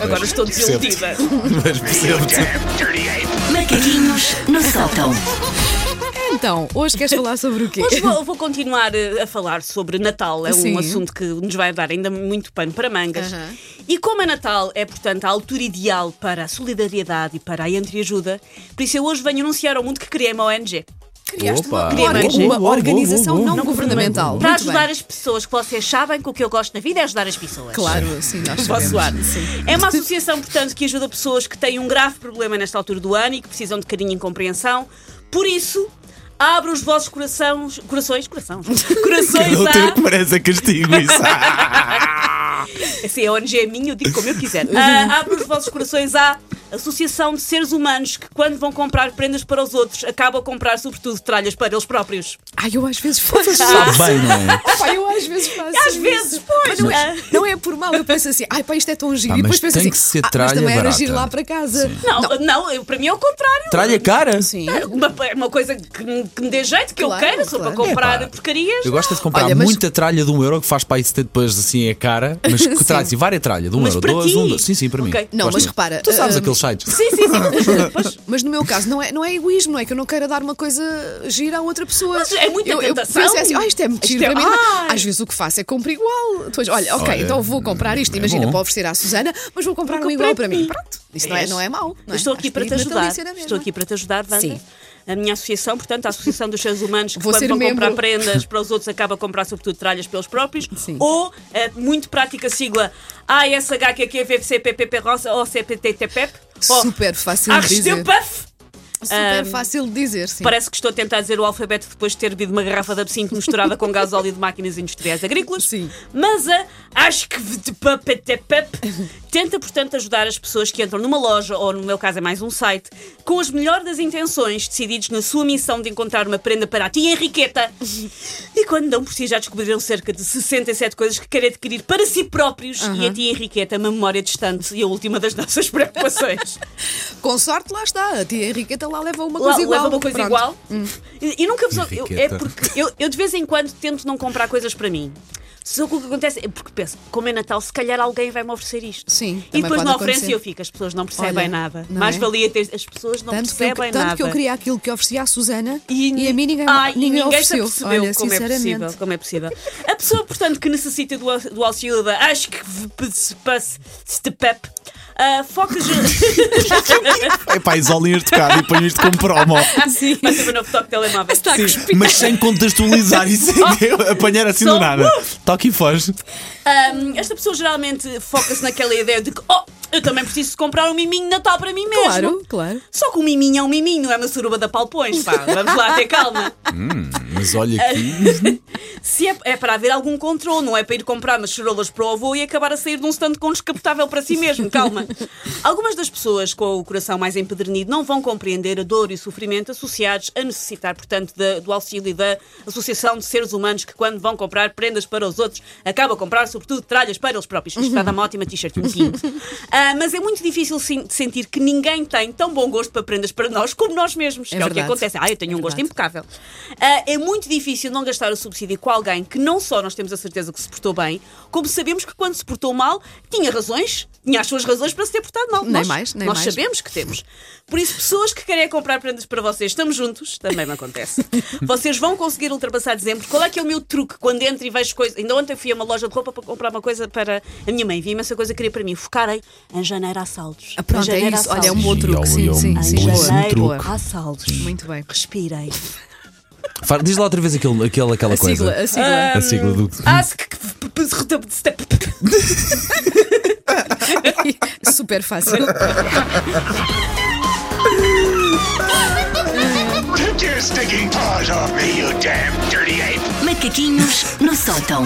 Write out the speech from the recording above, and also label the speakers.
Speaker 1: Agora
Speaker 2: mas
Speaker 1: estou
Speaker 2: percebo-te.
Speaker 1: desiludida.
Speaker 2: Mas percebo-te.
Speaker 3: Macaquinhos no sótão.
Speaker 4: Então, hoje queres falar sobre o quê?
Speaker 1: Hoje vou, vou continuar eh, a falar sobre Natal. É
Speaker 4: Sim.
Speaker 1: um assunto que nos vai dar ainda muito pano para mangas.
Speaker 4: Aham.
Speaker 1: E como é Natal, é portanto a altura ideal para a solidariedade e para a entreajuda, por isso eu hoje venho anunciar ao mundo que criei uma ONG.
Speaker 4: Criaste uma,
Speaker 2: Opa.
Speaker 4: uma orga-
Speaker 1: Boa, boa,
Speaker 4: uma
Speaker 2: boa,
Speaker 4: organização
Speaker 2: boa, boa.
Speaker 4: não governamental.
Speaker 1: Para
Speaker 4: Muito
Speaker 1: ajudar
Speaker 4: bem.
Speaker 1: as pessoas que vocês sabem que o que eu gosto na vida é ajudar as pessoas.
Speaker 4: Claro, sim, nós sabemos.
Speaker 1: Posso soar.
Speaker 4: Sim.
Speaker 1: É uma associação, portanto, que ajuda pessoas que têm um grave problema nesta altura do ano e que precisam de carinho e compreensão. Por isso, abra os vossos corações. Corações? Corações. Corações
Speaker 2: Não
Speaker 1: a.
Speaker 2: teu que parece a castigo isso.
Speaker 1: Assim, a ONG é minha, eu digo como eu quiser. Ah, abre os vossos corações à Associação de Seres Humanos que, quando vão comprar prendas para os outros, acabam a comprar, sobretudo, tralhas para eles próprios.
Speaker 4: Ai, eu às vezes faço isso.
Speaker 2: Sabe bem, não é?
Speaker 4: Pá, eu às vezes faço
Speaker 1: Às
Speaker 4: isso.
Speaker 1: vezes, pois!
Speaker 4: Não é,
Speaker 1: Ah,
Speaker 4: não é por mal, eu penso assim, ai pá, isto é tão giro.
Speaker 2: Pá,
Speaker 4: e
Speaker 2: mas
Speaker 4: depois penso
Speaker 2: tem
Speaker 4: assim,
Speaker 2: que ser
Speaker 4: "Ah, mas
Speaker 2: tralha
Speaker 4: também era
Speaker 2: barata."
Speaker 4: giro lá para casa.
Speaker 1: Não, não. eu- para mim é o contrário.
Speaker 2: Tralha cara?
Speaker 4: Sim.
Speaker 1: Uma, uma coisa que me, que me dê jeito, que eu
Speaker 4: Claro,
Speaker 1: queira, só para
Speaker 4: claro.
Speaker 1: comprar
Speaker 2: Epá,
Speaker 1: porcarias.
Speaker 2: Eu gosto de comprar
Speaker 4: Olha, mas-
Speaker 2: muita tralha de um euro que faz para isso depois assim é cara, mas que traz assim, várias tralha de um
Speaker 1: Mas
Speaker 2: euro,
Speaker 1: para
Speaker 2: dois,
Speaker 1: ti?
Speaker 2: um, dois. Sim, sim, para mim.
Speaker 1: Ok.
Speaker 4: Não,
Speaker 2: Gosto
Speaker 4: mas
Speaker 2: muito.
Speaker 4: repara,
Speaker 2: Tu sabes
Speaker 4: hum,
Speaker 2: aqueles sites.
Speaker 1: Sim, sim, sim. Pois,
Speaker 4: Mas no meu caso não é, não é egoísmo, não é que eu não queira dar uma coisa gira a outra pessoa.
Speaker 1: Mas é muita
Speaker 4: eu, eu
Speaker 1: tentação.
Speaker 4: penso assim, ah, isto é muito
Speaker 1: Isto
Speaker 4: giro
Speaker 1: é-
Speaker 4: para mim.
Speaker 1: Ai.
Speaker 4: Às vezes o que faço é compro igual. Depois, olha, ok,
Speaker 2: Olha,
Speaker 4: então vou comprar isto,
Speaker 2: é
Speaker 4: imagina,
Speaker 2: bom.
Speaker 4: para oferecer à Susana, mas vou comprar um igual para mim. Pronto, isso não é,
Speaker 1: isso.
Speaker 4: não é mau. não
Speaker 1: Eu
Speaker 4: é?
Speaker 1: Estou aqui
Speaker 4: Acho
Speaker 1: para
Speaker 4: que
Speaker 1: te
Speaker 4: a
Speaker 1: ajudar.
Speaker 4: natalícia era mesmo.
Speaker 1: Estou aqui para te ajudar, Wanda.
Speaker 4: Sim.
Speaker 1: A minha associação, portanto, a Associação dos Seres Humanos, que
Speaker 4: Vou ser
Speaker 1: quando vão comprar
Speaker 4: membro.
Speaker 1: prendas para os outros, acaba a comprar sobretudo tralhas pelos próprios.
Speaker 4: Sim.
Speaker 1: Ou, eh, muito prática a sigla, ASHQQVFCPPP ou CPTTPEP. ou
Speaker 4: Super
Speaker 1: Ah,
Speaker 4: fácil de dizer.
Speaker 1: Arsteupuff. Ah,
Speaker 4: Super fácil de dizer, sim.
Speaker 1: Parece que estou a tentar dizer o alfabeto depois de ter bebido uma garrafa de absinto misturada com gás óleo de máquinas industriais agrícolas.
Speaker 4: Sim.
Speaker 1: Mas a acho que de pap- de pap- tenta, portanto, ajudar as pessoas que entram numa loja, ou no meu caso é mais um site, com as melhores das intenções, decididos na sua missão de encontrar uma prenda para a tia Henriqueta. E quando dão por si, já descobriram cerca de 67 coisas que querem adquirir para si próprios. E a tia Henriqueta, é uma memória distante e a última das nossas preocupações.
Speaker 4: Com sorte, lá está. A tia Henriqueta lá leva uma
Speaker 1: Lá-
Speaker 4: coisa igual.
Speaker 1: leva uma coisa
Speaker 4: Pronto. Hum.
Speaker 1: igual. E, e nunca vos. Eu, é
Speaker 2: Enriqueta.
Speaker 1: porque eu, eu de vez em quando tento não comprar coisas para mim. Só que o que acontece é porque penso, como é Natal, se calhar alguém vai me oferecer isto.
Speaker 4: Sim, também
Speaker 1: E depois
Speaker 4: pode
Speaker 1: na oferência
Speaker 4: acontecer.
Speaker 1: eu fico, as pessoas não percebem
Speaker 4: Olha,
Speaker 1: nada.
Speaker 4: não
Speaker 1: Mais
Speaker 4: é?
Speaker 1: valia ter. As pessoas não
Speaker 4: Tanto, que eu,
Speaker 1: percebem nada.
Speaker 4: tanto que eu queria aquilo que oferecia à Susana
Speaker 1: E,
Speaker 4: e, a mim ninguém,
Speaker 1: Ai,
Speaker 4: ninguém,
Speaker 1: se
Speaker 4: ofereceu.
Speaker 1: apercebeu
Speaker 4: Olha,
Speaker 1: como, é
Speaker 4: sinceramente.
Speaker 1: possível, como é possível. A pessoa, portanto, que necessita do, au- do auxílio da acho que v- p- se passe- se pep, ah, foca-se.
Speaker 2: É pá, isolinhas de cara e põe isto como promo.
Speaker 1: Sim. Vai ser o novo toque de telemóvel.
Speaker 4: Está a cuspir.
Speaker 2: Mas sem contextualizar isso, entendeu? apanhar assim do
Speaker 1: Só-
Speaker 2: nada. Toque e foge.
Speaker 1: Ahm, esta pessoa geralmente foca-se naquela ideia de que, oh, eu também preciso de comprar um miminho de Natal para mim mesmo.
Speaker 4: Claro, claro.
Speaker 1: Só que um miminho é um miminho, não é uma suruba da palpões, pá. Vamos lá, ter calma.
Speaker 2: Mas olha aqui.
Speaker 1: Se é, é para haver algum controle, não é para ir comprar umas charolas para o avô e acabar a sair de um stand com um descapotável para si mesmo, calma. Algumas das pessoas com o coração mais empedernido não vão compreender a dor e o sofrimento associados a necessitar, portanto, da- do auxílio da Associação de Seres Humanos que, quando vão comprar prendas para os outros, acaba a comprar, sobretudo, tralhas para eles próprios. Isto vai dar uma ótima t-shirt no fim. Ah, mas é muito difícil sim- de sentir que ninguém tem tão bom gosto para prendas para nós como nós mesmos, que é o que
Speaker 4: verdade.
Speaker 1: acontece. Ah, eu tenho um gosto
Speaker 4: verdade.
Speaker 1: impecável. Ah, é muito difícil não gastar o subsídio com alguém que não só nós temos a certeza que se portou bem, como sabemos que quando se portou mal, tinha razões, tinha as suas razões para se ter portado mal.
Speaker 4: Nem
Speaker 1: nós,
Speaker 4: mais, nem
Speaker 1: nós
Speaker 4: mais.
Speaker 1: sabemos que temos. Por isso, pessoas que querem comprar prendas para vocês, estamos juntos, também me acontece. Vocês vão conseguir ultrapassar dezembro. Qual é que é o meu truque quando entro e vejo coisas? Ainda ontem fui a uma loja de roupa para comprar uma coisa para a minha mãe. Vi imensa coisa que queria para mim. Focarem em janeiro a saldos.
Speaker 4: Ah, pronto,
Speaker 1: Em
Speaker 4: é
Speaker 1: janeiro há
Speaker 4: isso. Olha, é um
Speaker 1: saldos.
Speaker 4: bom truque.
Speaker 2: Sim, é
Speaker 4: Sim,
Speaker 2: um
Speaker 4: sim, sim.
Speaker 1: Em
Speaker 2: bom
Speaker 4: Boa,
Speaker 1: janeiro
Speaker 4: boa.
Speaker 1: há saldos.
Speaker 4: Muito bem.
Speaker 1: Respirem.
Speaker 2: Fa- Diz lá outra vez aquele, aquele, aquela
Speaker 4: A sigla, Hum,
Speaker 2: coisa.
Speaker 4: a sigla.
Speaker 2: A sigla do.
Speaker 1: Ask. Estão
Speaker 4: Super fácil.
Speaker 5: Take your stinking paws off me, you damn dirty ape!
Speaker 3: Macaquinhos no sótão.